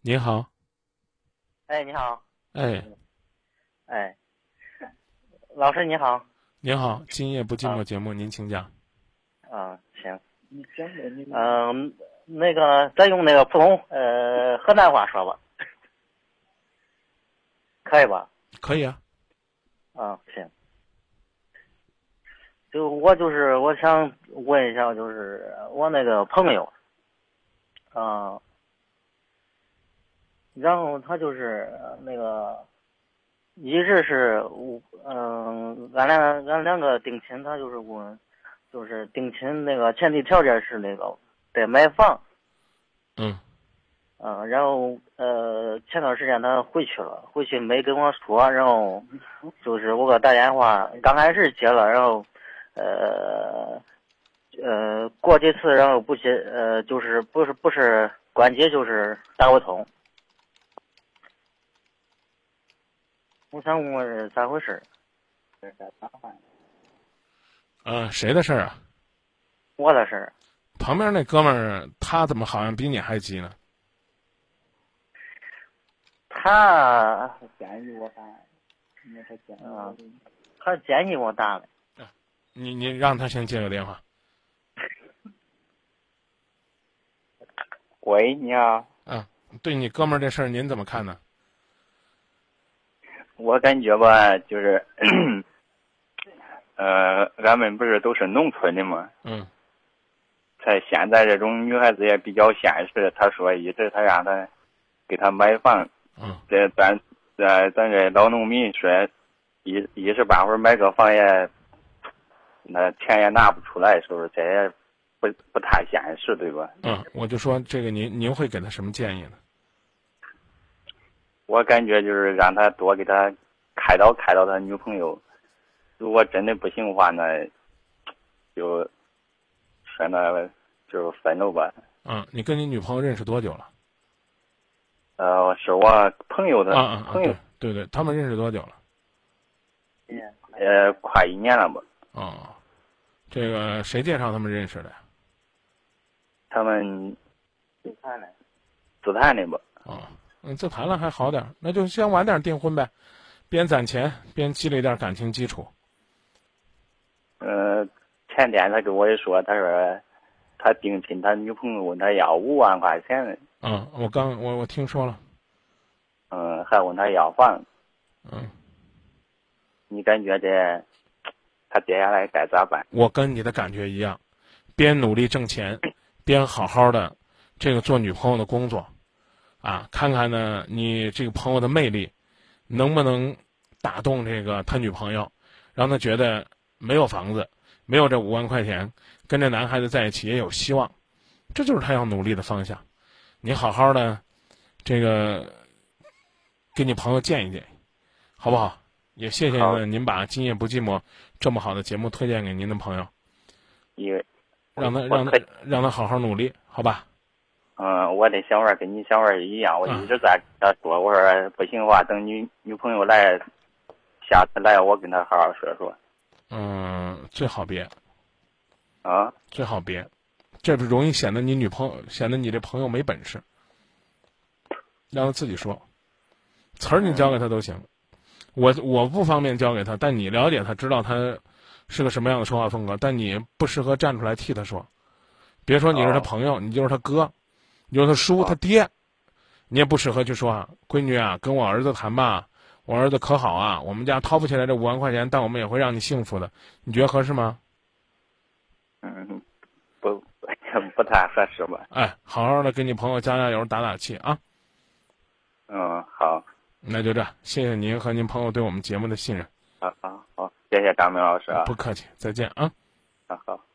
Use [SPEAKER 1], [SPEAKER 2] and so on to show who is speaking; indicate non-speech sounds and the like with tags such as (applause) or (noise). [SPEAKER 1] 你好，
[SPEAKER 2] 哎，你好，
[SPEAKER 1] 哎，
[SPEAKER 2] 哎，老师你好，
[SPEAKER 1] 您好，今夜不寂寞节目，您请讲。
[SPEAKER 2] 啊，行，嗯、那个再用那个普通呃河南话说吧，可以吧？
[SPEAKER 1] 可以啊，
[SPEAKER 2] 啊，行。就我就是我想问一下，就是我那个朋友，啊，然后他就是呃那个，一直是我，嗯、俺俩俺两个定亲，他就是我，就是定亲那个前提条件是那个得买房，
[SPEAKER 1] 嗯，
[SPEAKER 2] 嗯、然后呃，前段时间他回去了，回去没跟我说，然后呃就是我给他打电话，刚开始接了，然后呃呃过几次，然后不接，呃就是不是不是关机就是打不通。我想问问是咋回事儿？
[SPEAKER 1] 呃，谁的事儿啊？
[SPEAKER 2] 我的事儿，
[SPEAKER 1] 旁边那哥们儿他怎么好像比你还急呢？
[SPEAKER 2] 他
[SPEAKER 3] 便宜我反，那他捡
[SPEAKER 2] 啊
[SPEAKER 3] 了。
[SPEAKER 2] 他嫌弃我大了，
[SPEAKER 1] 你你让他先接个电话
[SPEAKER 3] 喂，你好，
[SPEAKER 1] 啊。对你哥们儿这事儿您怎么看呢？
[SPEAKER 3] 我感觉吧，就是， (clears throat) 呃，俺们不是都是农村的嘛，
[SPEAKER 1] 嗯
[SPEAKER 3] 在现在这种女孩子也比较现实。她说一直她让她给她买房，
[SPEAKER 1] 嗯
[SPEAKER 3] 这咱呃咱这老农民说一一时半会儿买个房也，那钱也拿不出来，是不是？这也不不太现实，对吧？
[SPEAKER 1] 嗯，我就说这个您您会给他什么建议呢？
[SPEAKER 3] 我感觉就是让他多给他开导开导他女朋友，如果真的不行的话呢，就说那就分了吧。
[SPEAKER 1] 嗯，你跟你女朋友认识多久了？
[SPEAKER 3] 呃，是我朋友的、
[SPEAKER 1] 啊啊啊！
[SPEAKER 3] 朋友
[SPEAKER 1] 对，对对，他们认识多久了？
[SPEAKER 3] 呃，快一年了吧。
[SPEAKER 1] 哦，这个谁介绍他们认识的呀？
[SPEAKER 3] 他们自谈的吧，
[SPEAKER 1] 哦，嗯，自谈了还好点儿，那就先晚点订婚呗，边攒钱边积累点感情基础。
[SPEAKER 3] 呃，前天他跟我一说，他说他定亲他女朋友问他要五万块钱，
[SPEAKER 1] 嗯，我刚我我听说了，
[SPEAKER 3] 嗯，还问他要房，
[SPEAKER 1] 嗯，
[SPEAKER 3] 你感觉这他接下来该咋办？
[SPEAKER 1] 我跟你的感觉一样，边努力挣钱，边好好的这个做女朋友的工作，啊，看看呢你这个朋友的魅力，能不能打动这个他女朋友，让他觉得没有房子，没有这五万块钱，跟这男孩子在一起也有希望，这就是他要努力的方向。你好好的，这个给你朋友建议建议，好不好？也谢谢
[SPEAKER 3] 好
[SPEAKER 1] 呢您把《今夜不寂寞》这么好的节目推荐给您的朋友，
[SPEAKER 3] 因为
[SPEAKER 1] 让他
[SPEAKER 3] 我
[SPEAKER 1] 让他
[SPEAKER 3] 可以
[SPEAKER 1] 让他好好努力，好吧？
[SPEAKER 3] 嗯，我的想法跟你想法一样，我一直在跟他说，我说不行的话，等女女朋友来，下次来我跟她好好说说
[SPEAKER 1] 嗯，最好别，
[SPEAKER 3] 啊。 (laughs)
[SPEAKER 1] 最好别，这不容易显得你女朋友显得你这朋友没本事，让他自己说，词儿你教给他都行，我我不方便教给他，但你了解他，知道他是个什么样的说话风格，但你不适合站出来替他说，别说你是他
[SPEAKER 3] 哦
[SPEAKER 1] 朋友，你就是他哥，你就是他叔、他爹，你也不适合去说啊，闺女啊，跟我儿子谈吧。我儿子可好啊？我们家掏不起来这五万块钱，但我们也会让你幸福的。你觉得合适吗？
[SPEAKER 3] 嗯，不 (laughs) 不太合适吧？
[SPEAKER 1] 哎，好好的给你朋友加加油、打打气啊！
[SPEAKER 3] 嗯，好，
[SPEAKER 1] 那就这，谢谢您和您朋友对我们节目的信任，
[SPEAKER 3] 好，好，好，谢谢张明老师啊
[SPEAKER 1] 不，客气，再见啊！
[SPEAKER 3] 好好。